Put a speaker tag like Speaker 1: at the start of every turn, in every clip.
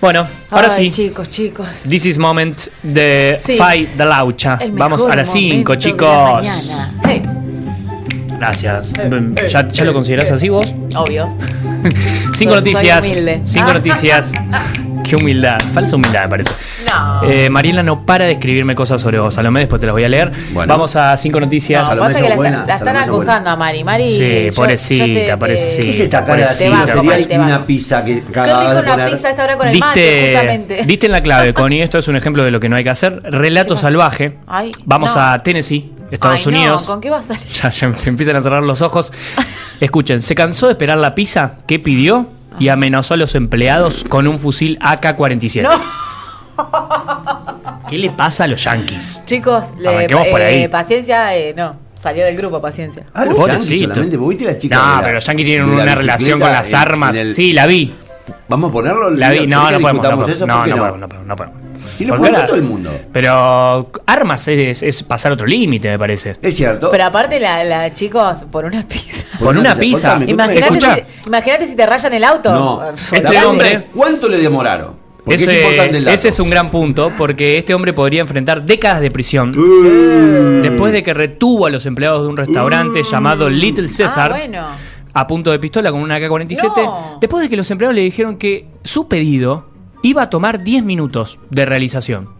Speaker 1: Bueno, ahora sí.
Speaker 2: Ay, chicos, chicos.
Speaker 1: This is moment de
Speaker 2: Sí.
Speaker 1: Fai de Laucha.
Speaker 2: El
Speaker 1: Vamos
Speaker 2: mejor
Speaker 1: a las 5,
Speaker 2: momento de
Speaker 1: chicos.
Speaker 2: la mañana. Eh,
Speaker 1: Gracias. ¿Ya, ya lo considerás así vos?
Speaker 2: obvio.
Speaker 1: Cinco
Speaker 2: eh. Soy- soy
Speaker 1: noticias.
Speaker 2: humilde.
Speaker 1: Cinco
Speaker 2: Ah.
Speaker 1: noticias. Qué humildad. Falsa humildad, me parece.
Speaker 2: No.
Speaker 1: Eh, Mariela no para de escribirme cosas sobre vos, Salomé, después te las voy a leer.
Speaker 3: Bueno.
Speaker 1: Vamos a cinco noticias.
Speaker 2: No,
Speaker 3: Salomé
Speaker 2: pasa
Speaker 3: sos
Speaker 2: que la,
Speaker 3: buena,
Speaker 2: están- la están
Speaker 3: Salomé sos
Speaker 2: acusando a Mari. Mari.
Speaker 1: Sí,
Speaker 2: yo- yo
Speaker 1: pobrecita,
Speaker 2: te- te-
Speaker 1: pobrecita.
Speaker 3: ¿Qué es esta cara
Speaker 1: Pobrecita,
Speaker 3: así?
Speaker 2: Te
Speaker 3: Un
Speaker 2: banco, Mari,
Speaker 3: cereal
Speaker 2: te
Speaker 3: y una
Speaker 2: banco.
Speaker 3: pizza que
Speaker 2: Qué
Speaker 3: acabas
Speaker 2: rico
Speaker 3: de
Speaker 2: una
Speaker 3: poner.
Speaker 2: pizza a esta hora con el mate,
Speaker 1: Diste,
Speaker 2: justamente.
Speaker 1: diste en la clave, Connie. Esto es un ejemplo de lo que no hay que hacer. Relato
Speaker 2: pasó?
Speaker 1: salvaje.
Speaker 2: Ay,
Speaker 1: Vamos
Speaker 2: no.
Speaker 1: a Tennessee, Estados
Speaker 2: Ay, no,
Speaker 1: Unidos.
Speaker 2: ¿Con qué vas a salir?
Speaker 1: Ya, ya se empiezan a cerrar los ojos. Escuchen, se cansó de esperar la pizza que pidió y amenazó a los empleados con un fusil AK-47. ¿Qué le pasa a los yanquis?
Speaker 2: Chicos, le-
Speaker 1: Arranquemos Ah, por ahí.
Speaker 2: paciencia, eh, no. Salió del grupo, paciencia.
Speaker 3: Ah, los
Speaker 1: Pobrecito.
Speaker 3: yanquis solamente, porque viste las chicas.
Speaker 1: No,
Speaker 3: de la-
Speaker 1: pero los yanquis tienen
Speaker 3: de la
Speaker 1: una relación
Speaker 3: bicicleta
Speaker 1: con las
Speaker 3: en-
Speaker 1: armas.
Speaker 3: en el-
Speaker 1: Sí, la vi.
Speaker 3: ¿Vamos a ponerlo?
Speaker 1: La vi.
Speaker 3: ¿Querés
Speaker 1: No,
Speaker 3: que
Speaker 1: no podemos. No,
Speaker 3: discutamos
Speaker 1: podemos,
Speaker 3: eso?
Speaker 1: no,
Speaker 3: ¿Por qué
Speaker 1: no
Speaker 3: no?
Speaker 1: podemos. No podemos. no podemos.
Speaker 3: Si lo
Speaker 1: Porque
Speaker 3: puede ver
Speaker 1: ahora-
Speaker 3: todo el mundo.
Speaker 1: Pero armas es, es pasar otro límite, me parece.
Speaker 3: Es cierto.
Speaker 2: Pero aparte, la, la- chicos, por una pizza.
Speaker 3: Por
Speaker 1: Con una
Speaker 3: cosa,
Speaker 1: pizza.
Speaker 3: cortame, cortame.
Speaker 2: Imagínate
Speaker 1: Escuchá.
Speaker 2: si, imagínate si te rayan el auto.
Speaker 3: No,
Speaker 2: Eh,
Speaker 3: La
Speaker 1: Este
Speaker 3: pregunta
Speaker 1: hombre-
Speaker 3: es, ¿Cuánto le demoraron? Porque
Speaker 1: Ese,
Speaker 3: es importante el dato.
Speaker 1: ese es un gran punto, porque este hombre podría enfrentar décadas de prisión
Speaker 3: Uh.
Speaker 1: después de que retuvo a los empleados de un restaurante llamado Little César
Speaker 2: Ah, bueno.
Speaker 1: a punto de pistola con una AK-47,
Speaker 2: No.
Speaker 1: después de que los empleados le dijeron que su pedido iba a tomar 10 minutos de realización.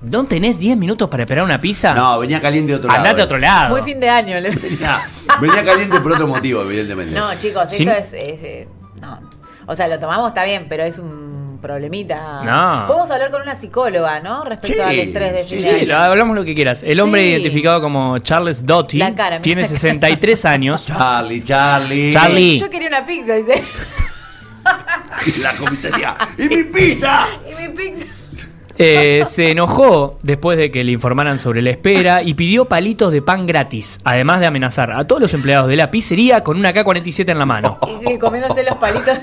Speaker 1: ¿No tenés 10 minutos para esperar una pizza?
Speaker 3: No, venía caliente de otro lado.
Speaker 1: Andate a
Speaker 3: eh.
Speaker 1: otro lado.
Speaker 2: Muy fin de año. le-
Speaker 3: Venía caliente por otro motivo, evidentemente.
Speaker 2: No, chicos,
Speaker 1: Eh, Sin-
Speaker 2: esto es. es, eh, no. O sea, lo tomamos está bien, pero es un problemita.
Speaker 1: No.
Speaker 2: Podemos hablar con una psicóloga, ¿no? Respecto al
Speaker 3: Sí,
Speaker 2: estrés de
Speaker 3: sí,
Speaker 2: fin de
Speaker 1: Sí,
Speaker 2: año.
Speaker 1: lo- hablamos lo que quieras. El hombre
Speaker 2: Sí.
Speaker 1: identificado como Charles Doty
Speaker 2: La cara, mira
Speaker 1: tiene
Speaker 2: la cara.
Speaker 1: 63 años.
Speaker 3: Charlie, Charlie.
Speaker 1: Charlie. Sí.
Speaker 2: Yo quería una pizza, dice.
Speaker 3: La comisaría. ¡Y mi pizza!
Speaker 2: Y mi pizza.
Speaker 1: Eh, se enojó después de que le informaran sobre la espera y pidió palitos de pan gratis, además de amenazar a todos los empleados de la pizzería con una K-47 en la mano.
Speaker 2: Y, y comiéndose los palitos.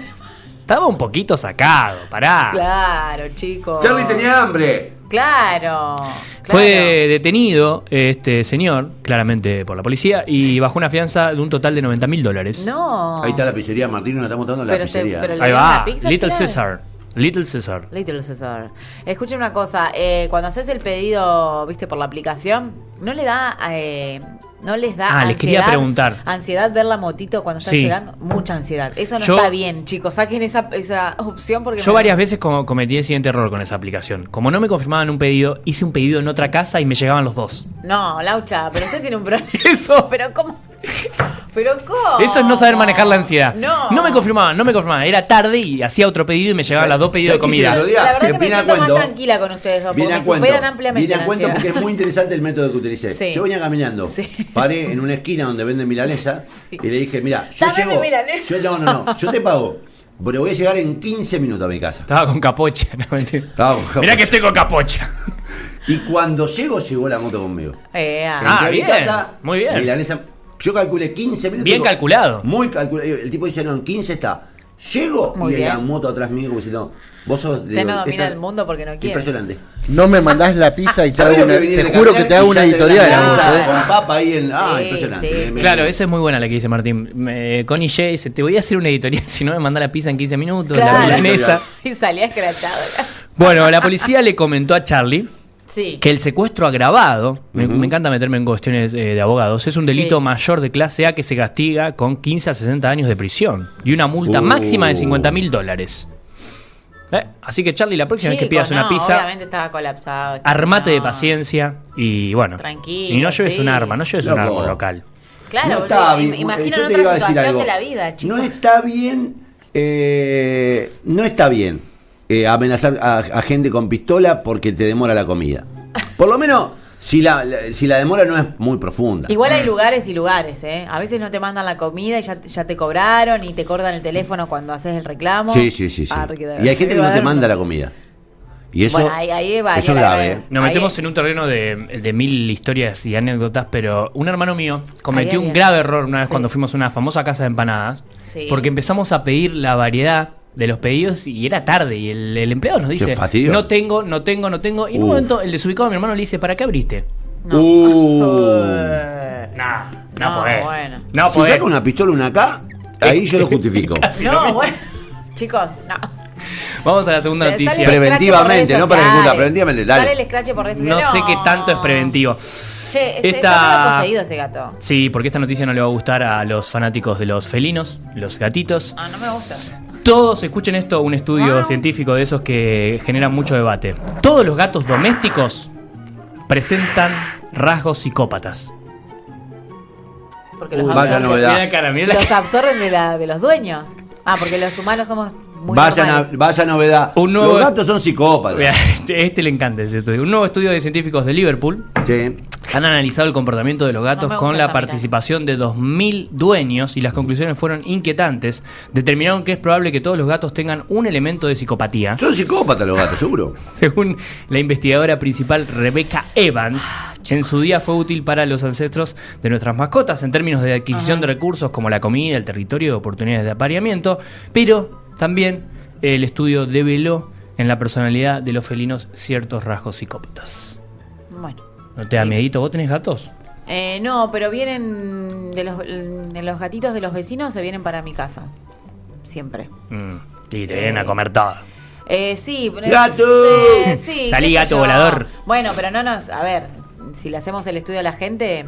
Speaker 1: Estaba un poquito sacado, pará.
Speaker 2: Claro, chicos.
Speaker 3: Charlie tenía hambre.
Speaker 2: Claro.
Speaker 1: Fue detenido este señor, claramente por la policía, y bajó una fianza de un total de 90 mil dólares.
Speaker 2: claro. No.
Speaker 3: Ahí está la pizzería, Martín, nos estamos dando la
Speaker 2: Pero se-
Speaker 3: pizzería.
Speaker 2: pero le-
Speaker 1: Ahí
Speaker 2: dieron
Speaker 1: va,
Speaker 2: la pizza al
Speaker 1: Little
Speaker 2: final?
Speaker 1: César. Little César.
Speaker 2: Little César. Escuchen una cosa, eh, cuando haces el pedido, viste, por la aplicación, ¿no le da... eh, no les da
Speaker 1: Ah, les
Speaker 2: ansiedad,
Speaker 1: quería preguntar.
Speaker 2: ansiedad ver la motito cuando está
Speaker 1: Sí.
Speaker 2: llegando? Mucha ansiedad. Eso no
Speaker 1: Yo-
Speaker 2: está bien, chicos. Saquen esa, esa opción porque...
Speaker 1: Yo
Speaker 2: me-
Speaker 1: varias veces co- cometí el siguiente error con esa aplicación. Como no me confirmaban un pedido, hice un pedido en otra casa y me llegaban los dos.
Speaker 2: No, Laucha, pero usted tiene un problema.
Speaker 1: Eso.
Speaker 2: Pero ¿cómo? Pero ¿cómo?
Speaker 1: Eso es no saber manejar la ansiedad.
Speaker 2: No.
Speaker 1: me confirmaban, no me confirmaban. Era tarde y hacía otro pedido y me llegaban las dos pedidos de
Speaker 3: ¿Sabés qué
Speaker 1: comida.
Speaker 3: se lo digo?
Speaker 2: La verdad
Speaker 3: Pero
Speaker 2: que me
Speaker 3: viene a
Speaker 2: siento más
Speaker 3: cuento.
Speaker 2: tranquila con ustedes, dos, porque
Speaker 3: Viene a
Speaker 2: me
Speaker 3: cuento.
Speaker 2: superan ampliamente.
Speaker 3: Viene a
Speaker 2: la
Speaker 3: cuento porque
Speaker 2: ansiedad.
Speaker 3: es muy interesante el método que utilicé.
Speaker 2: Sí.
Speaker 3: Yo venía caminando,
Speaker 2: Sí.
Speaker 3: paré en una esquina donde venden milanesa
Speaker 2: Sí.
Speaker 3: y le dije, mira, yo
Speaker 2: Dame mi
Speaker 3: llego.
Speaker 2: milanesa".
Speaker 3: Yo, no, no, no, yo te pago, pero voy a llegar en 15 minutos a mi casa.
Speaker 1: Estaba con capocha. ¿no? Mentira.
Speaker 3: Estaba con capocha.
Speaker 1: Mirá que estoy con capocha.
Speaker 3: Y cuando llego, llegó la moto conmigo.
Speaker 2: Eh, ah.
Speaker 1: Ah,
Speaker 3: Entré a mi
Speaker 1: bien, muy bien.
Speaker 3: Milanesa, yo calculé 15 minutos.
Speaker 1: Bien
Speaker 3: digo,
Speaker 1: calculado.
Speaker 3: Muy calculado. El tipo dice, no, en 15 está. Llego
Speaker 2: Muy
Speaker 3: y la
Speaker 2: bien.
Speaker 3: moto atrás mío como diciendo, vos sos... le
Speaker 2: Usted
Speaker 3: digo,
Speaker 2: no domina
Speaker 3: esta-
Speaker 2: el mundo porque no quiere.
Speaker 3: Impresionante.
Speaker 4: No me mandás la pizza y te
Speaker 3: ¿Sabés lo que
Speaker 4: hago una.
Speaker 3: es venir
Speaker 4: Te
Speaker 3: de
Speaker 4: juro que
Speaker 3: caminar
Speaker 4: te hago
Speaker 3: y ya
Speaker 4: una
Speaker 3: tenés
Speaker 4: editorial.
Speaker 3: la
Speaker 4: a vos,
Speaker 3: mesa
Speaker 4: ¿eh?
Speaker 3: Con papa ahí en. Ah,
Speaker 2: Sí,
Speaker 3: impresionante.
Speaker 2: sí,
Speaker 3: Bien,
Speaker 2: sí.
Speaker 3: bien,
Speaker 1: Claro,
Speaker 3: bien.
Speaker 1: esa es muy buena la que dice Martín. Me- Connie J dice, te voy a hacer una editorial si no me manda la pizza en 15 minutos,
Speaker 2: Claro.
Speaker 1: la milanesa.
Speaker 2: Y salía escrachado.
Speaker 1: Bueno, la policía le comentó a Charlie
Speaker 2: Sí.
Speaker 1: que el secuestro agravado, me, me encanta meterme en cuestiones eh, de abogados, es un delito
Speaker 2: Sí.
Speaker 1: mayor de clase A que se castiga con 15 a 60 años de prisión y una multa máxima de 50 mil dólares. Eh, Así que Charlie, la próxima vez que
Speaker 2: Chicos,
Speaker 1: pidas una
Speaker 2: pues no,
Speaker 1: pizza,
Speaker 2: Obviamente estaba colapsado. chicos,
Speaker 1: armate de
Speaker 2: no.
Speaker 1: paciencia y bueno.
Speaker 2: Tranquilo,
Speaker 1: y no lleves un
Speaker 2: sí.
Speaker 1: arma, no lleves un
Speaker 3: Loco.
Speaker 1: arma local.
Speaker 2: Claro,
Speaker 3: No
Speaker 2: boludo,
Speaker 3: está
Speaker 2: im-
Speaker 3: bien. eh,
Speaker 2: Imagino
Speaker 3: Yo
Speaker 2: en
Speaker 3: te
Speaker 2: otra
Speaker 3: iba a decir
Speaker 2: situación
Speaker 3: algo.
Speaker 2: de la vida, chicos.
Speaker 3: No está bien. eh, no está bien eh, amenazar a, a gente con pistola porque te demora la comida. Por lo menos, si la, la- si la demora no es muy profunda.
Speaker 2: Igual hay lugares y lugares, ¿eh? A veces no te mandan la comida y ya, ya te cobraron y te cortan el teléfono cuando haces el reclamo. Ah,
Speaker 3: Sí, sí, sí. sí.
Speaker 2: Arre, que-
Speaker 3: Y hay gente que no te manda la comida. Y eso,
Speaker 2: Bueno, ahí- ahí varía
Speaker 3: eso es
Speaker 2: la
Speaker 3: grave.
Speaker 2: cara.
Speaker 3: ¿eh?
Speaker 1: Nos
Speaker 2: Ahí-
Speaker 1: metemos en un terreno de, de mil historias y anécdotas, pero un hermano mío cometió
Speaker 2: Ahí, ahí,
Speaker 1: un
Speaker 2: ahí.
Speaker 1: grave error una vez
Speaker 2: Sí.
Speaker 1: cuando fuimos a una famosa casa de empanadas,
Speaker 2: Sí.
Speaker 1: porque empezamos a pedir la variedad de los pedidos y era tarde y el, el empleado nos dice,
Speaker 3: fastidió.
Speaker 1: no tengo, no tengo, no tengo, y en un
Speaker 3: Uf.
Speaker 1: momento el desubicado de mi hermano le dice, ¿para qué abriste?
Speaker 3: Uh.
Speaker 2: Eh,
Speaker 1: Nah,
Speaker 2: no pues. No, podés. bueno.
Speaker 1: No
Speaker 3: si
Speaker 1: podés.
Speaker 3: saca una pistola una acá, ahí yo lo justifico.
Speaker 2: No, bueno. Chicos, no.
Speaker 1: Vamos a la segunda
Speaker 2: Sale el
Speaker 1: noticia.
Speaker 2: scratch por
Speaker 3: Preventivamente,
Speaker 2: redes
Speaker 3: no para que
Speaker 2: sociales.
Speaker 3: cumpla, preventivamente, dale.
Speaker 2: Sale el scratch por redes
Speaker 1: No
Speaker 2: sociales.
Speaker 1: sé qué tanto es preventivo.
Speaker 2: Che, este,
Speaker 1: Esta-
Speaker 2: está medio poseído ese gato.
Speaker 1: Sí, porque esta noticia no le va a gustar a los fanáticos de los felinos, los gatitos.
Speaker 2: Ah, no me gusta.
Speaker 1: Todos, escuchen esto, un estudio
Speaker 2: Wow.
Speaker 1: científico de esos que genera mucho debate. Todos los gatos domésticos presentan rasgos psicópatas.
Speaker 2: Porque los
Speaker 3: Uy,
Speaker 2: absorben.
Speaker 3: vaya novedad.
Speaker 1: Mira la cara, mira la
Speaker 2: Los
Speaker 1: cara.
Speaker 2: absorben de, la, de los dueños. Ah, porque los humanos somos muy
Speaker 3: Vaya, na-
Speaker 2: normales.
Speaker 3: vaya novedad.
Speaker 1: Un nuevo-
Speaker 3: Los gatos son psicópatas.
Speaker 1: Mira, Este, este le encanta ese estudio. Un nuevo estudio de científicos de Liverpool
Speaker 3: Sí.
Speaker 1: han analizado el comportamiento de los gatos
Speaker 2: me gusta
Speaker 1: con la
Speaker 2: esa mirada.
Speaker 1: participación de 2.000 dueños y las conclusiones fueron inquietantes. Determinaron que es probable que todos los gatos tengan un elemento de psicopatía.
Speaker 3: Son psicópatas los gatos, seguro.
Speaker 1: Según la investigadora principal Rebecca Evans, en su día fue útil para los ancestros de nuestras mascotas en términos de adquisición de recursos como la comida, el territorio, oportunidades de apareamiento, pero también el estudio develó en la personalidad de los felinos ciertos rasgos psicópatas.
Speaker 2: Bueno.
Speaker 1: ¿No te da miedito? ¿Vos tenés gatos?
Speaker 2: Eh, no, pero vienen de los, de los gatitos de los vecinos, se vienen para mi casa. Siempre.
Speaker 1: Mm, Y te vienen a comer todo.
Speaker 2: Eh, sí, pero-
Speaker 3: ¡Gato!
Speaker 2: eh, sí,
Speaker 1: Salí,
Speaker 2: qué sé
Speaker 1: gato volador.
Speaker 2: Bueno, pero no nos. A ver, si le hacemos el estudio a la gente,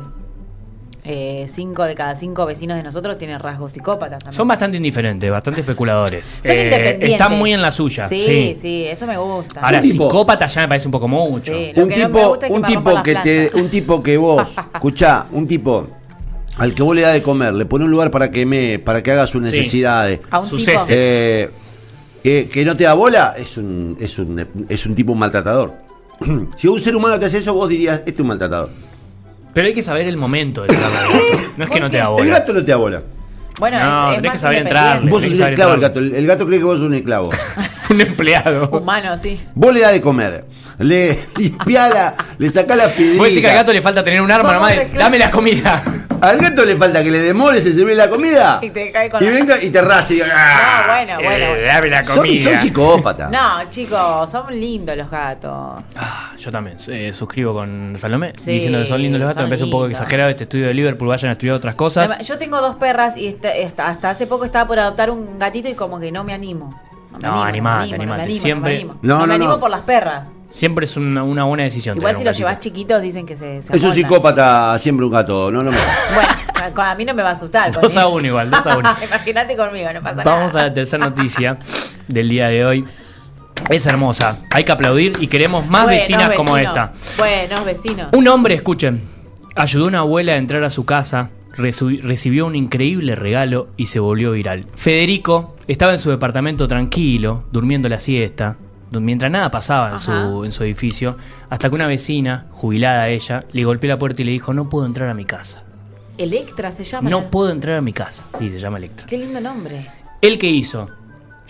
Speaker 2: eh, cinco de cada cinco vecinos de nosotros tienen rasgos psicópatas también.
Speaker 1: Son bastante indiferentes, bastante especuladores.
Speaker 2: Son
Speaker 1: Eh,
Speaker 2: independientes.
Speaker 1: Están muy en la suya.
Speaker 2: Sí, sí, eso me gusta.
Speaker 1: Ahora,
Speaker 3: Un tipo-
Speaker 1: psicópata ya me parece un poco mucho.
Speaker 2: Sí. Lo
Speaker 3: un
Speaker 2: que no me
Speaker 3: tipo,
Speaker 2: gusta es que
Speaker 3: un
Speaker 2: me
Speaker 3: tipo
Speaker 2: rompan
Speaker 3: que
Speaker 2: las
Speaker 3: te,
Speaker 2: plantas.
Speaker 3: un tipo que vos, escuchá, un tipo al que vos le das de comer, le pone un lugar para que me, para que haga sus necesidades,
Speaker 2: A un
Speaker 1: Sus
Speaker 2: tipo.
Speaker 1: heces.
Speaker 3: eh, que, que no te da bola, es un, es un, es un tipo maltratador. Si un ser humano te hace eso, vos dirías, este es un maltratador.
Speaker 1: Pero hay que saber el momento de tratarla al gato. No es que no te da
Speaker 3: El
Speaker 1: bola.
Speaker 3: gato no te da bola.
Speaker 2: Bueno,
Speaker 1: No,
Speaker 2: es, es
Speaker 1: tenés
Speaker 2: más
Speaker 1: que saber
Speaker 2: independiente.
Speaker 1: entrarle. tenés
Speaker 3: Vos sos
Speaker 1: que
Speaker 3: un
Speaker 1: saber
Speaker 3: esclavo, el
Speaker 1: entrar.
Speaker 3: gato. El, el gato cree que vos sos un esclavo.
Speaker 1: Un empleado.
Speaker 2: Humano, sí.
Speaker 3: Vos le das de comer, le limpiala, le sacás la piedrita.
Speaker 1: Puede decir que al gato le falta tener un arma,
Speaker 2: Somos
Speaker 1: nomás de,
Speaker 2: esclavos.
Speaker 1: dame la comida.
Speaker 3: Al gato le falta que le demores se sirve la comida.
Speaker 2: Y te cae con
Speaker 3: y
Speaker 2: la-
Speaker 3: venga y te rasca y diga, "Ah".
Speaker 2: No, bueno, bueno.
Speaker 1: Eh, dame la
Speaker 3: Son,
Speaker 1: comida.
Speaker 3: son psicópatas.
Speaker 2: No, chicos, son lindos los gatos.
Speaker 1: Ah, yo también eh, suscribo con Salomé
Speaker 2: Sí,
Speaker 1: diciendo que son lindos los gatos.
Speaker 2: son
Speaker 1: Me parece un poco
Speaker 2: lindos.
Speaker 1: exagerado este estudio de Liverpool. Vayan a estudiar otras
Speaker 2: Además,
Speaker 1: cosas.
Speaker 2: Yo tengo dos perras y esta- esta- hasta hace poco estaba por adoptar un gatito y como que no me animo. me
Speaker 1: No,
Speaker 2: animo,
Speaker 1: animate,
Speaker 2: me animo, no me
Speaker 1: animate.
Speaker 2: animo,
Speaker 1: Siempre-
Speaker 2: No, me animo,
Speaker 3: No,
Speaker 2: No me
Speaker 3: no,
Speaker 2: animo
Speaker 3: no.
Speaker 2: por las perras.
Speaker 1: Siempre es una, una buena decisión.
Speaker 2: Igual
Speaker 1: tener
Speaker 2: si
Speaker 1: un gatito.
Speaker 2: los llevas chiquitos dicen que se, se
Speaker 3: Es un
Speaker 2: amoldan.
Speaker 3: psicópata siempre un gato, no lo no,
Speaker 2: Bueno, con- a mí no me va a asustar. con
Speaker 1: Dos a
Speaker 2: él.
Speaker 1: uno igual, dos a uno.
Speaker 2: Imagínate conmigo, no pasa nada.
Speaker 1: Vamos a la tercera noticia del día de hoy. Es hermosa. Hay que aplaudir y queremos más
Speaker 2: Buenos
Speaker 1: vecinas como
Speaker 2: vecinos,
Speaker 1: esta.
Speaker 2: Buenos vecinos.
Speaker 1: Un hombre, escuchen, ayudó a una abuela a entrar a su casa, resu- recibió un increíble regalo y se volvió viral. Federico estaba en su departamento tranquilo, durmiendo la siesta, du- mientras nada pasaba en su,
Speaker 2: Ajá.
Speaker 1: en su edificio, hasta que una vecina, jubilada ella, le golpeó la puerta y le dijo, no puedo entrar a mi casa.
Speaker 2: Electra se llama.
Speaker 1: No puedo entrar a mi casa. Sí, se llama Electra.
Speaker 2: Qué lindo nombre.
Speaker 1: ¿El que hizo?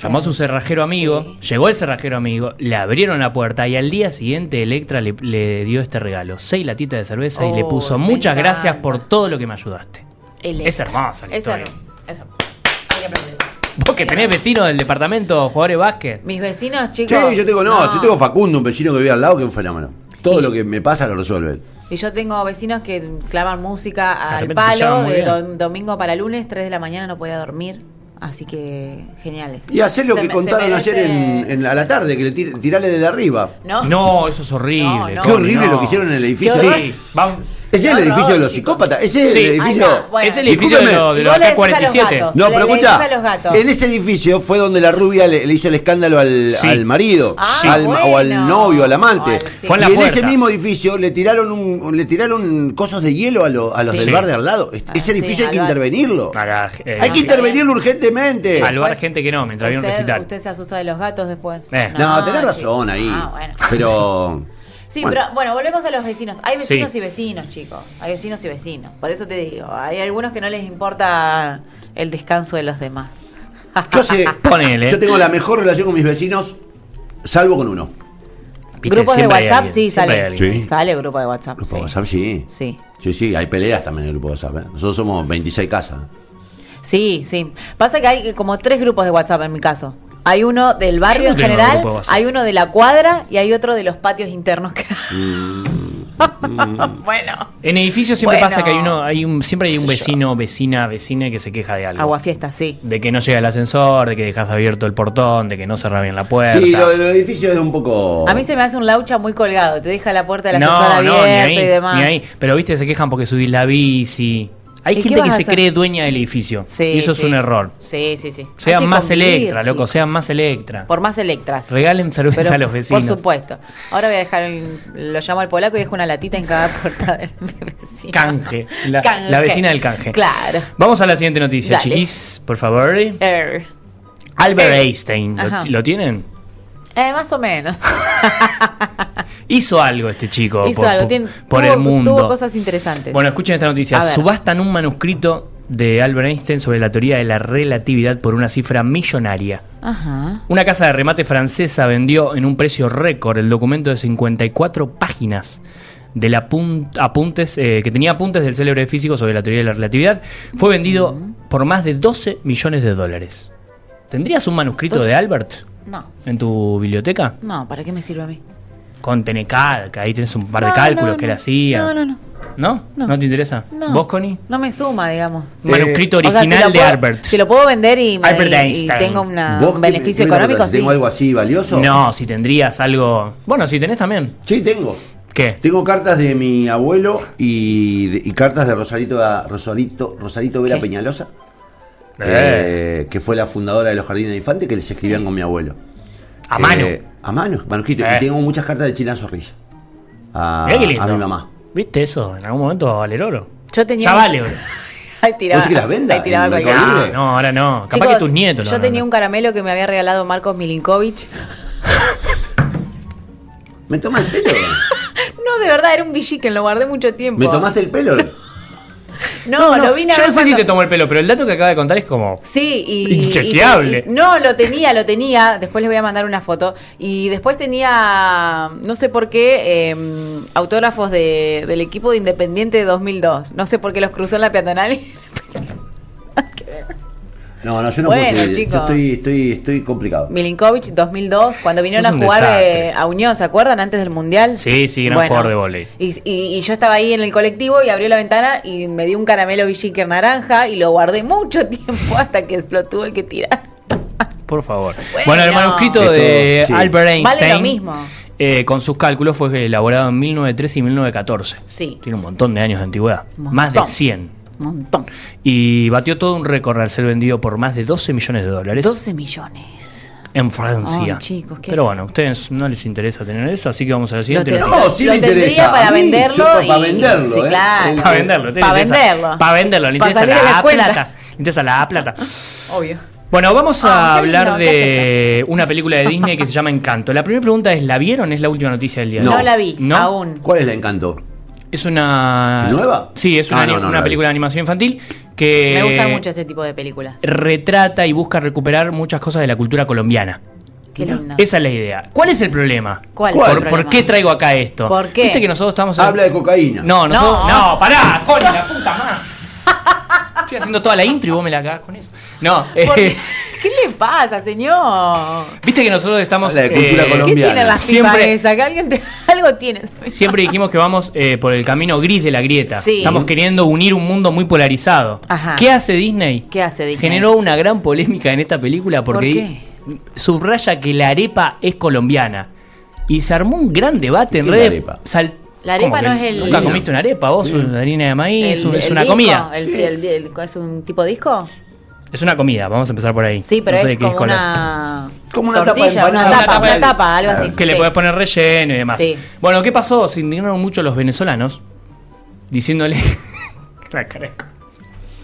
Speaker 1: Llamó a su cerrajero amigo,
Speaker 2: Sí.
Speaker 1: llegó el cerrajero amigo, le abrieron la puerta y al día siguiente Electra le, le dio este regalo, seis latitas de cerveza y le
Speaker 2: Oh,
Speaker 1: puso
Speaker 2: me
Speaker 1: muchas
Speaker 2: encanta.
Speaker 1: gracias por todo lo que me ayudaste.
Speaker 2: Electra.
Speaker 1: Es hermosa la
Speaker 2: Es
Speaker 1: historia.
Speaker 2: hermosa. Es hermosa. Hay que aplaudir.
Speaker 1: Vos que tenés vecinos del departamento jugadores de básquet.
Speaker 2: Mis vecinos, chicos.
Speaker 3: Sí, yo tengo, no, yo tengo Facundo, un vecino que vive al lado, que es un fenómeno. Todo lo que me pasa lo resuelve.
Speaker 2: Y yo tengo vecinos que clavan música al
Speaker 1: repente se llevan
Speaker 2: palo
Speaker 1: muy
Speaker 2: de
Speaker 1: bien.
Speaker 2: dom- domingo para lunes, 3 de la mañana no podía dormir. Así que geniales.
Speaker 3: Y hacer lo
Speaker 2: Se
Speaker 3: que
Speaker 2: me-
Speaker 3: contaron
Speaker 2: se
Speaker 3: ayer
Speaker 2: merece-
Speaker 3: en, en- a la tarde, que le tir- tirarle desde arriba.
Speaker 2: No,
Speaker 1: No, eso es horrible.
Speaker 2: No,
Speaker 1: Tony,
Speaker 2: no.
Speaker 3: Qué horrible
Speaker 1: no.
Speaker 3: lo que hicieron en el edificio.
Speaker 1: Sí, vamos.
Speaker 3: Ese es el
Speaker 2: Qué
Speaker 3: edificio de los
Speaker 2: horror,
Speaker 3: psicópatas. Ese es
Speaker 1: Sí.
Speaker 3: el
Speaker 1: Ay,
Speaker 3: edificio.
Speaker 2: no, bueno.
Speaker 1: es el edificio de
Speaker 3: Discúlpeme.
Speaker 1: los, de
Speaker 2: Y
Speaker 1: los
Speaker 2: vos le decís a los
Speaker 1: 47.
Speaker 2: gatos.
Speaker 3: No,
Speaker 2: Le-
Speaker 3: pero
Speaker 2: le
Speaker 3: escuchá,
Speaker 2: decís a los gatos.
Speaker 3: en ese edificio fue donde la rubia le, le hizo el escándalo al,
Speaker 1: Sí.
Speaker 3: al marido,
Speaker 2: Ah,
Speaker 3: al- o al
Speaker 2: bueno.
Speaker 3: novio, al amante.
Speaker 2: Al- sí.
Speaker 1: Fue en
Speaker 3: y
Speaker 1: la
Speaker 3: en
Speaker 1: puerta.
Speaker 3: ese mismo edificio le tiraron un, le tiraron cosas de hielo a, lo- a los
Speaker 2: Sí.
Speaker 3: del
Speaker 1: Sí.
Speaker 3: bar de al lado. Es-
Speaker 2: Ah,
Speaker 3: Ese
Speaker 2: sí,
Speaker 3: edificio hay que
Speaker 2: al bar.
Speaker 3: intervenirlo.
Speaker 1: Acá, eh,
Speaker 3: hay que
Speaker 1: no,
Speaker 3: intervenirlo urgentemente.
Speaker 1: Al bar gente que no, mientras había un
Speaker 2: Pues, Usted-
Speaker 1: recital.
Speaker 2: Usted se asustó de los gatos después.
Speaker 1: Eh.
Speaker 3: No, tenés
Speaker 2: chico.
Speaker 3: razón ahí.
Speaker 2: Ah, bueno.
Speaker 3: Pero.
Speaker 2: Sí,
Speaker 3: bueno.
Speaker 2: pero bueno, volvemos a los vecinos. Hay vecinos
Speaker 1: Sí.
Speaker 2: y vecinos, chicos. Hay vecinos y vecinos. Por eso te digo, hay algunos que no les importa el descanso de los demás.
Speaker 3: Yo sé.
Speaker 1: Ponele.
Speaker 3: Yo tengo la mejor relación con mis vecinos, salvo con uno.
Speaker 1: Viste,
Speaker 2: grupos de
Speaker 1: siempre hay
Speaker 2: WhatsApp,
Speaker 1: alguien,
Speaker 2: sí,
Speaker 1: siempre hay
Speaker 2: sale.
Speaker 1: alguien.
Speaker 3: Sí.
Speaker 2: Sale grupo de WhatsApp.
Speaker 3: Grupo
Speaker 2: sí.
Speaker 3: WhatsApp, sí.
Speaker 2: Sí.
Speaker 3: Sí, sí, hay peleas también en el grupo WhatsApp. ¿eh? Nosotros somos 26 casas.
Speaker 2: Sí, sí. Pasa que hay como tres grupos de WhatsApp en mi caso. Hay uno del barrio
Speaker 1: no
Speaker 2: en
Speaker 1: tengo
Speaker 2: general,
Speaker 1: grupo de WhatsApp.
Speaker 2: hay uno de la cuadra y hay otro de los patios internos. que- bueno.
Speaker 1: En edificios siempre
Speaker 2: Bueno.
Speaker 1: pasa que hay uno, hay un, siempre hay
Speaker 2: Qué
Speaker 1: un
Speaker 2: sé
Speaker 1: vecino, vecina, vecina que se queja de algo.
Speaker 2: Aguafiesta, sí.
Speaker 1: De que no llega el ascensor, de que dejas abierto el portón, de que no cerra bien la puerta.
Speaker 3: Sí, lo de los edificios es un poco.
Speaker 2: A mí se me hace un laucha muy colgado. Te deja la puerta de la
Speaker 1: no,
Speaker 2: ascensor
Speaker 1: no,
Speaker 2: abierta
Speaker 1: ni ahí,
Speaker 2: y demás.
Speaker 1: ni ahí. Pero viste, se quejan porque subís la bici. Hay
Speaker 2: ¿Y qué
Speaker 1: gente
Speaker 2: vas
Speaker 1: que
Speaker 2: a
Speaker 1: se
Speaker 2: hacer?
Speaker 1: cree dueña del edificio.
Speaker 2: Sí,
Speaker 1: y eso es
Speaker 2: sí.
Speaker 1: un error.
Speaker 2: Sí, sí, sí. Hay
Speaker 1: Sean
Speaker 2: que
Speaker 1: más
Speaker 2: convivir,
Speaker 1: electra, loco,
Speaker 2: chicos.
Speaker 1: sean más electra.
Speaker 2: Por más electras.
Speaker 1: Regalen cerveza
Speaker 2: Pero,
Speaker 1: a los vecinos.
Speaker 2: Por supuesto. Ahora voy a dejar, un- lo llamo al polaco y dejo una latita en cada puerta de mi vecino.
Speaker 1: Canje. La, la vecina del canje.
Speaker 2: Claro.
Speaker 1: Vamos a la siguiente noticia,
Speaker 2: Dale.
Speaker 1: chiquis, por favor.
Speaker 2: Er.
Speaker 1: Albert
Speaker 2: Eh.
Speaker 1: Einstein, ¿lo,
Speaker 2: Ajá.
Speaker 1: lo tienen?
Speaker 2: Eh, más o menos.
Speaker 1: Hizo algo este chico
Speaker 2: Hizo
Speaker 1: por,
Speaker 2: algo.
Speaker 1: por-
Speaker 2: Tiene-
Speaker 1: por
Speaker 2: tuvo-
Speaker 1: el mundo.
Speaker 2: Tuvo cosas interesantes.
Speaker 1: Bueno, escuchen esta noticia.
Speaker 2: A ver.
Speaker 1: Subastan un manuscrito de Albert Einstein sobre la teoría de la relatividad por una cifra millonaria.
Speaker 2: Ajá.
Speaker 1: Una casa de remate francesa vendió en un precio récord el documento de 54 páginas de la pun- apuntes, eh, que tenía apuntes del célebre físico sobre la teoría de la relatividad. Fue vendido por más de 12 millones de dólares. ¿Tendrías un manuscrito
Speaker 2: Dos-
Speaker 1: de Albert
Speaker 2: No.
Speaker 1: en tu biblioteca?
Speaker 2: No, ¿para qué me sirve a mí?
Speaker 1: Con Tenecal, que ahí tenés un par de
Speaker 2: No,
Speaker 1: cálculos
Speaker 2: no,
Speaker 1: que le
Speaker 2: no.
Speaker 1: hacía.
Speaker 2: No, no, no.
Speaker 1: ¿No? ¿No,
Speaker 2: No.
Speaker 1: te interesa?
Speaker 2: No.
Speaker 1: ¿Vos, Connie?
Speaker 3: Eh,
Speaker 2: No me suma, digamos.
Speaker 1: Un manuscrito
Speaker 2: O sea, si
Speaker 1: original
Speaker 2: lo
Speaker 1: de
Speaker 2: puedo-
Speaker 1: Albert.
Speaker 2: Si lo puedo vender y, me-
Speaker 1: Albert
Speaker 2: y- y
Speaker 1: Einstein.
Speaker 2: tengo una-
Speaker 3: ¿Vos
Speaker 2: un
Speaker 3: qué-
Speaker 2: beneficio
Speaker 3: qué me
Speaker 2: económico,
Speaker 3: preguntás?
Speaker 2: sí.
Speaker 3: ¿Tengo algo así valioso?
Speaker 1: No, si tendrías algo. Bueno, si tenés también.
Speaker 3: Sí, tengo.
Speaker 1: ¿Qué?
Speaker 3: Tengo cartas de mi abuelo y, de- y cartas de Rosarito, a- Rosarito, Rosarito Vera
Speaker 2: ¿Qué?
Speaker 3: Peñalosa,
Speaker 1: Eh.
Speaker 3: eh, que fue la fundadora de los Jardines de Infantes, que les escribían con mi abuelo.
Speaker 1: A
Speaker 3: Eh,
Speaker 1: mano.
Speaker 3: A mano, manuscrito.
Speaker 1: Eh.
Speaker 3: Y tengo muchas cartas de China Zorrilla. A,
Speaker 1: Mirá qué lindo.
Speaker 3: a mi mamá.
Speaker 1: ¿Viste eso? En algún momento va a valer oro.
Speaker 2: Yo tenía
Speaker 1: Ya
Speaker 2: un-
Speaker 1: vale oro.
Speaker 2: Ahí tiraba.
Speaker 3: ¿Vos que las vendas
Speaker 2: ahí tiraba
Speaker 3: en el
Speaker 2: cualquier-
Speaker 3: Mercado
Speaker 1: Ah,
Speaker 3: Libre?
Speaker 1: no, ahora no. Capaz
Speaker 2: Chicos,
Speaker 1: que tus nietos. no,
Speaker 2: Yo
Speaker 1: no,
Speaker 2: tenía
Speaker 1: no.
Speaker 2: un caramelo que me había regalado Marcos Milinkovic.
Speaker 3: ¿Me toma el pelo?
Speaker 2: No, de verdad, era un que lo guardé mucho tiempo.
Speaker 3: ¿Me tomaste el pelo?
Speaker 2: No, lo vine a
Speaker 1: Yo
Speaker 2: ver
Speaker 1: no sé si
Speaker 2: cuando-
Speaker 1: te tomó el pelo, pero el dato que acaba de contar es como.
Speaker 2: Sí, y.
Speaker 1: Inchequeable.
Speaker 2: y- y- no, lo tenía, lo tenía. Después les voy a mandar una foto. Y después tenía, no sé por qué, eh, autógrafos de- del equipo de Independiente 2002. No sé por qué los cruzó en la peatonal. y-
Speaker 3: No, no, yo no
Speaker 2: Bueno,
Speaker 3: puedo seguir.
Speaker 2: chicos.
Speaker 3: Yo estoy, estoy, estoy complicado.
Speaker 2: Milinkovic 2002, cuando vinieron
Speaker 1: Sos
Speaker 2: a
Speaker 1: un
Speaker 2: jugar
Speaker 1: desastre.
Speaker 2: eh, a Unión, ¿se acuerdan? Antes del Mundial.
Speaker 1: Sí, sí, gran jugador de vóley.
Speaker 2: Y, y- y yo estaba ahí en el colectivo y abrió la ventana y me dio un caramelo Villiker naranja y lo guardé mucho tiempo hasta que lo tuve que tirar.
Speaker 1: Por favor. Bueno,
Speaker 2: Bueno.
Speaker 1: el manuscrito
Speaker 3: Esto,
Speaker 1: de
Speaker 3: sí.
Speaker 1: Albert
Speaker 2: Vale
Speaker 1: Einstein.
Speaker 2: lo mismo.
Speaker 1: eh, con sus cálculos fue elaborado en 1903 y 1914.
Speaker 2: Sí.
Speaker 1: Tiene un montón de años de antigüedad.
Speaker 2: Montón.
Speaker 1: Más de 100.
Speaker 2: Montón.
Speaker 1: Y batió todo un récord al ser vendido por más de 12 millones de dólares
Speaker 2: 12 millones.
Speaker 1: en Francia.
Speaker 2: Ay, chicos, qué-
Speaker 1: Pero bueno, a ustedes no les interesa tener eso, así que vamos a la siguiente.
Speaker 2: ten-
Speaker 1: noticia.
Speaker 3: No, sí
Speaker 2: lo
Speaker 3: me
Speaker 2: tendría
Speaker 3: interesa.
Speaker 2: para
Speaker 3: A mí,
Speaker 2: venderlo
Speaker 3: yo pa-
Speaker 2: y-
Speaker 3: para venderlo,
Speaker 2: sí,
Speaker 3: ¿eh?
Speaker 2: claro.
Speaker 3: El-
Speaker 1: Para venderlo,
Speaker 2: Pa' venderlo.
Speaker 1: Para venderlo, le
Speaker 2: Pa'
Speaker 1: interesa
Speaker 2: salir de
Speaker 1: la
Speaker 2: la cuenta.
Speaker 1: plata. Le interesa la plata.
Speaker 2: Obvio.
Speaker 1: Bueno, vamos
Speaker 2: Ah,
Speaker 1: a
Speaker 2: qué lindo,
Speaker 1: hablar
Speaker 2: ¿qué
Speaker 1: de una película de Disney que se llama Encanto. La primera pregunta es, ¿la vieron? Es la última noticia del día. de
Speaker 2: No,
Speaker 1: hoy.
Speaker 2: la vi,
Speaker 1: ¿No?
Speaker 2: aún.
Speaker 3: ¿Cuál es la encanto?
Speaker 1: Es una...
Speaker 3: ¿Nueva?
Speaker 1: Sí, es una,
Speaker 3: Ah,
Speaker 1: ani-
Speaker 3: no, no,
Speaker 1: una
Speaker 3: la vi.
Speaker 1: película de animación infantil que...
Speaker 2: Me gustan mucho ese tipo de películas.
Speaker 1: Retrata y busca recuperar muchas cosas de la cultura colombiana.
Speaker 2: Qué lindo.
Speaker 1: Esa es la idea. ¿Cuál es el problema?
Speaker 2: ¿Cuál?
Speaker 3: ¿Cuál?
Speaker 2: es el
Speaker 1: ¿Por, por
Speaker 2: problema?
Speaker 1: qué traigo acá esto?
Speaker 2: ¿Por qué?
Speaker 1: Viste que nosotros estamos... en-
Speaker 3: Habla de cocaína.
Speaker 1: No, nosotros... No,
Speaker 2: No.
Speaker 1: pará, con la puta madre. Estoy haciendo toda la intro y vos me la cagás con eso. No, eh,
Speaker 2: ¿Por qué? ¿Qué le pasa, señor?
Speaker 1: viste que nosotros estamos...
Speaker 3: Habla de cultura
Speaker 1: eh,
Speaker 2: ¿Qué
Speaker 3: Colombiana.
Speaker 2: tiene la pipa
Speaker 1: Siempre-
Speaker 2: esa? Que alguien te... algo tiene.
Speaker 1: Siempre dijimos que vamos eh, por el camino gris de la grieta.
Speaker 2: Sí.
Speaker 1: Estamos queriendo unir un mundo muy polarizado.
Speaker 2: Ajá.
Speaker 1: ¿Qué hace Disney?
Speaker 2: ¿Qué hace Disney?
Speaker 1: Generó una gran polémica en esta película porque subraya que la arepa es colombiana. Y se armó un gran debate en
Speaker 3: ¿Qué es la
Speaker 1: redes.
Speaker 3: arepa?
Speaker 1: Sal-
Speaker 2: La arepa
Speaker 1: ¿Cómo que
Speaker 2: no es el-
Speaker 1: Nunca comiste una arepa, vos, una harina de maíz,
Speaker 2: El-
Speaker 1: es
Speaker 2: el
Speaker 1: una
Speaker 2: disco,
Speaker 1: comida.
Speaker 2: el- el- el- ¿Es un tipo de disco?
Speaker 1: Es una comida, vamos a empezar por ahí.
Speaker 2: Sí, pero
Speaker 1: No sé de
Speaker 2: es
Speaker 1: qué
Speaker 2: como
Speaker 1: color.
Speaker 2: una.
Speaker 3: Como una tapa de
Speaker 2: tortilla,
Speaker 3: empanada.
Speaker 2: Una tapa,
Speaker 1: Una
Speaker 2: una
Speaker 1: tapa de-
Speaker 2: tapa, algo así.
Speaker 1: Que le
Speaker 2: Sí.
Speaker 1: podés poner relleno y demás.
Speaker 2: Sí.
Speaker 1: Bueno, ¿qué pasó? Se indignaron mucho los venezolanos diciéndole. La cara de-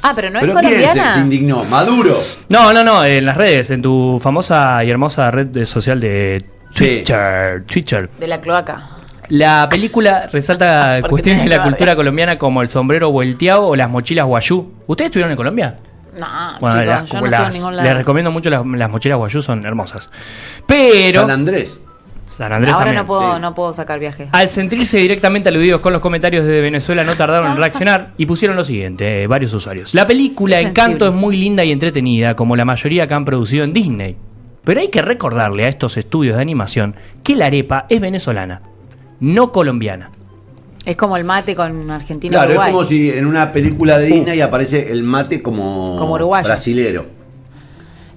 Speaker 2: Ah, pero no es
Speaker 3: ¿Pero quién se,
Speaker 2: colombiana.
Speaker 3: se indignó? Maduro.
Speaker 1: No, no, no, en las redes, en tu famosa y hermosa red de- social de
Speaker 3: Sí.
Speaker 1: Twitter. Twitter.
Speaker 2: de la cloaca.
Speaker 1: La película resalta
Speaker 2: Porque
Speaker 1: cuestiones de
Speaker 2: tenés
Speaker 1: la
Speaker 2: que
Speaker 1: cultura colombiana como el sombrero volteado o las mochilas guayú. ¿Ustedes estuvieron en Colombia?
Speaker 2: No,
Speaker 1: Bueno,
Speaker 2: Ah, chicos,
Speaker 1: las-
Speaker 2: yo no estoy en
Speaker 1: las-
Speaker 2: ningún
Speaker 1: les
Speaker 2: lado.
Speaker 1: recomiendo mucho las, las mochilas guayú, son hermosas. Pero
Speaker 3: San Andrés.
Speaker 1: San Andrés
Speaker 2: Ahora
Speaker 1: también. Ah.
Speaker 2: no puedo,
Speaker 3: Sí.
Speaker 2: no puedo sacar viaje.
Speaker 1: Al sentirse directamente aludidos con los comentarios de Venezuela, no tardaron en reaccionar y pusieron lo siguiente, eh, varios usuarios. La película
Speaker 2: Qué
Speaker 1: Encanto es
Speaker 2: sensibles.
Speaker 1: muy linda y entretenida, como la mayoría que han producido en Disney. Pero hay que recordarle a estos estudios de animación que la arepa es venezolana, no colombiana.
Speaker 2: Es como el mate con Argentina.
Speaker 3: Claro,
Speaker 2: Uruguay. Uh.
Speaker 3: es como si en una película de Disney aparece el mate como,
Speaker 2: Como uruguayo.
Speaker 3: brasilero.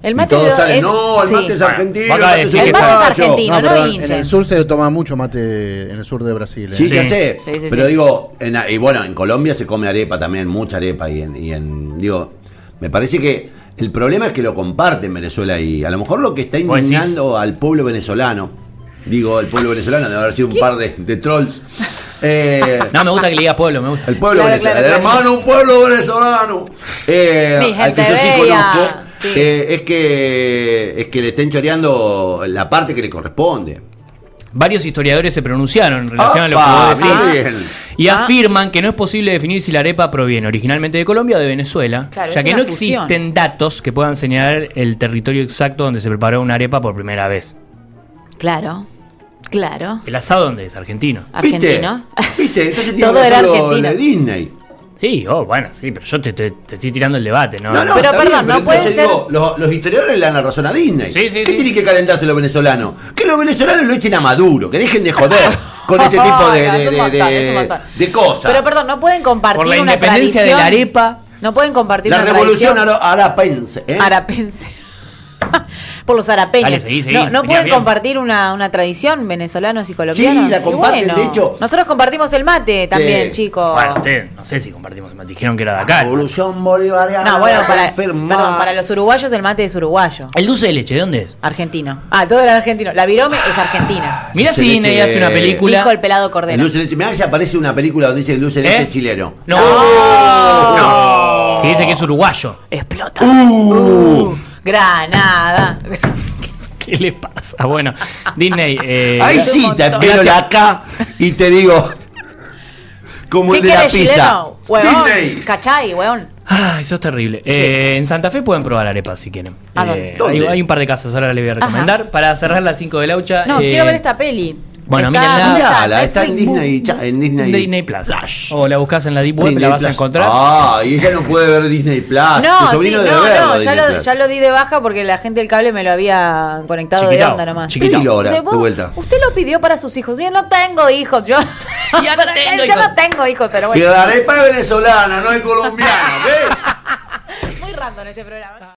Speaker 2: El
Speaker 3: Y
Speaker 2: mate
Speaker 3: todos
Speaker 2: de-
Speaker 3: salen,
Speaker 2: es-
Speaker 3: no, el
Speaker 2: sí.
Speaker 3: mate es argentino,
Speaker 1: Bueno,
Speaker 3: el mate es
Speaker 1: acá
Speaker 2: El mate es
Speaker 3: uruguayo".
Speaker 2: argentino, no,
Speaker 4: pero en- en
Speaker 2: hincha.
Speaker 4: el sur se toma mucho mate, en el sur de Brasil. ¿eh?
Speaker 3: Sí, ya
Speaker 1: Sí.
Speaker 3: sé.
Speaker 2: Sí, sí,
Speaker 3: pero
Speaker 2: sí.
Speaker 3: digo, en- y bueno, en Colombia se come arepa también, mucha arepa. Y en, y en- digo, me parece que el problema es que lo comparten Venezuela y a lo mejor lo que está
Speaker 1: ¿Vos decís?
Speaker 3: indignando al pueblo venezolano, digo, el pueblo venezolano debe haber sido un par de, de trolls. eh,
Speaker 1: No, me gusta que le diga pueblo, me gusta.
Speaker 3: El pueblo
Speaker 2: Claro,
Speaker 3: venezolano,
Speaker 2: claro, claro.
Speaker 3: hermano, un pueblo venezolano. Eh,
Speaker 2: Mi
Speaker 3: al que
Speaker 2: gente
Speaker 3: yo sí
Speaker 2: bella.
Speaker 3: conozco,
Speaker 2: Sí.
Speaker 3: eh, es, que, es que le estén choreando la parte que le corresponde.
Speaker 1: Varios historiadores se pronunciaron en relación
Speaker 3: ¡Apa!
Speaker 1: a lo que vos decís.
Speaker 3: Muy bien.
Speaker 1: Y
Speaker 2: Ah.
Speaker 1: afirman que no es posible definir si la arepa proviene originalmente de Colombia o de Venezuela,
Speaker 2: Claro,
Speaker 1: ya
Speaker 2: es
Speaker 1: que
Speaker 2: una
Speaker 1: no
Speaker 2: fusión.
Speaker 1: existen datos que puedan señalar el territorio exacto donde se preparó una arepa por primera vez.
Speaker 2: Claro, claro.
Speaker 1: ¿El asado dónde es? Argentino.
Speaker 2: Argentino.
Speaker 3: ¿Viste? ¿Viste? Entonces tiene
Speaker 2: Todo era
Speaker 3: razón lo
Speaker 2: argentino.
Speaker 3: de Disney.
Speaker 1: Sí, oh, bueno, sí, pero yo te, te- te estoy tirando el debate, ¿no?
Speaker 3: No, no,
Speaker 2: Pero
Speaker 3: está
Speaker 2: perdón,
Speaker 3: bien,
Speaker 2: no puede
Speaker 3: entonces
Speaker 2: ser-
Speaker 3: digo, los, los historiadores le dan la razón a Disney.
Speaker 1: Sí, sí,
Speaker 3: ¿Qué
Speaker 1: sí.
Speaker 3: tiene que calentarse los venezolanos? Que los venezolanos lo echen a Maduro, que dejen de joder con este tipo de,
Speaker 2: No,
Speaker 3: de,
Speaker 2: es un
Speaker 3: de-
Speaker 2: montón, es un
Speaker 3: de-
Speaker 2: montón.
Speaker 3: de cosas.
Speaker 2: Pero perdón, no pueden compartir
Speaker 1: Por la
Speaker 2: una
Speaker 1: independencia de
Speaker 2: tradición.
Speaker 1: la arepa.
Speaker 2: No pueden compartir
Speaker 3: la
Speaker 2: una
Speaker 3: revolución
Speaker 2: tradición
Speaker 3: ara- arapense. ¿eh?
Speaker 2: arapense. Por los arapeños.
Speaker 1: Dale, seguí, seguí,
Speaker 2: no
Speaker 1: venía
Speaker 2: no pueden
Speaker 1: bien.
Speaker 2: compartir una, una tradición venezolanos y colombianos.
Speaker 3: Sí, la
Speaker 2: Y
Speaker 3: comparten,
Speaker 2: bueno,
Speaker 3: de hecho.
Speaker 2: Nosotros compartimos el mate también, chicos.
Speaker 1: Bueno, usted, no sé si compartimos, me dijeron que era de acá.
Speaker 3: Ah, Revolución bolivariana.
Speaker 2: no, bueno, para,
Speaker 3: enferma.
Speaker 2: perdón, para los uruguayos el mate es uruguayo.
Speaker 1: El dulce de leche, ¿de dónde es?
Speaker 2: Argentino. Ah, todo era argentino. La virome es argentina.
Speaker 1: Mira
Speaker 3: Dulce
Speaker 1: si
Speaker 3: de leche
Speaker 1: Disney hace una
Speaker 3: de-
Speaker 1: película.
Speaker 2: Dijo el pelado cordero.
Speaker 3: El dulce de leche. Mirá que se aparece una película donde dice el dulce de leche
Speaker 1: ¿Eh?
Speaker 3: chileno.
Speaker 1: No.
Speaker 2: Ah.
Speaker 1: No. Se dice que es uruguayo.
Speaker 2: Explota. Uh, Granada.
Speaker 1: ¿Qué le pasa? Bueno, Disney. eh,
Speaker 3: Ahí
Speaker 2: es un
Speaker 3: sí te
Speaker 2: montón.
Speaker 3: espero
Speaker 1: Gracias.
Speaker 3: acá y te digo. Como
Speaker 2: ¿Qué
Speaker 3: el de la
Speaker 2: quieres,
Speaker 3: pizza.
Speaker 2: chileno? Huevón.
Speaker 3: Disney.
Speaker 2: Cachai, huevón.
Speaker 1: Ah, eso es terrible. Eh, en Santa Fe pueden probar arepas si quieren.
Speaker 2: ¿A
Speaker 1: Eh,
Speaker 2: dónde?
Speaker 1: hay,
Speaker 3: ¿Dónde?
Speaker 1: hay un par de casas, ahora les voy a recomendar. Para cerrar las 5 de la ucha.
Speaker 2: No,
Speaker 1: eh,
Speaker 2: quiero ver esta peli.
Speaker 1: bueno,
Speaker 2: Está-
Speaker 1: mírenla.
Speaker 2: ¿dónde
Speaker 3: Mirá, la- está en
Speaker 2: Netflix.
Speaker 3: Disney, cha- en Disney,
Speaker 1: Disney Plus.
Speaker 3: Flash.
Speaker 1: O la buscas en la Deep Web,
Speaker 3: Disney
Speaker 1: la vas a
Speaker 3: Plus.
Speaker 1: encontrar.
Speaker 3: Ah, y ella no puede ver Disney Plus.
Speaker 2: No,
Speaker 3: Tu
Speaker 2: sí,
Speaker 3: sobrino
Speaker 2: no,
Speaker 3: debe verlo,
Speaker 2: no, ya
Speaker 3: Disney
Speaker 2: lo,
Speaker 3: Plus.
Speaker 2: ya lo di de baja porque la gente del cable me lo había conectado de
Speaker 1: Chiquitao,
Speaker 2: onda nomás.
Speaker 1: chiquitao. Chiquito.
Speaker 3: Pedilo ahora,
Speaker 2: Dice,
Speaker 3: de
Speaker 2: "Vos,
Speaker 3: vuelta.
Speaker 2: Usted lo pidió para sus hijos. Yo no tengo hijos. Yo,
Speaker 1: Ya no
Speaker 2: Pero
Speaker 1: tengo
Speaker 2: yo
Speaker 1: hijos.
Speaker 2: no tengo hijos, pero
Speaker 3: Que
Speaker 2: bueno.
Speaker 3: la arepa es venezolana, no es colombiana, ¿ves?
Speaker 2: Muy random este programa.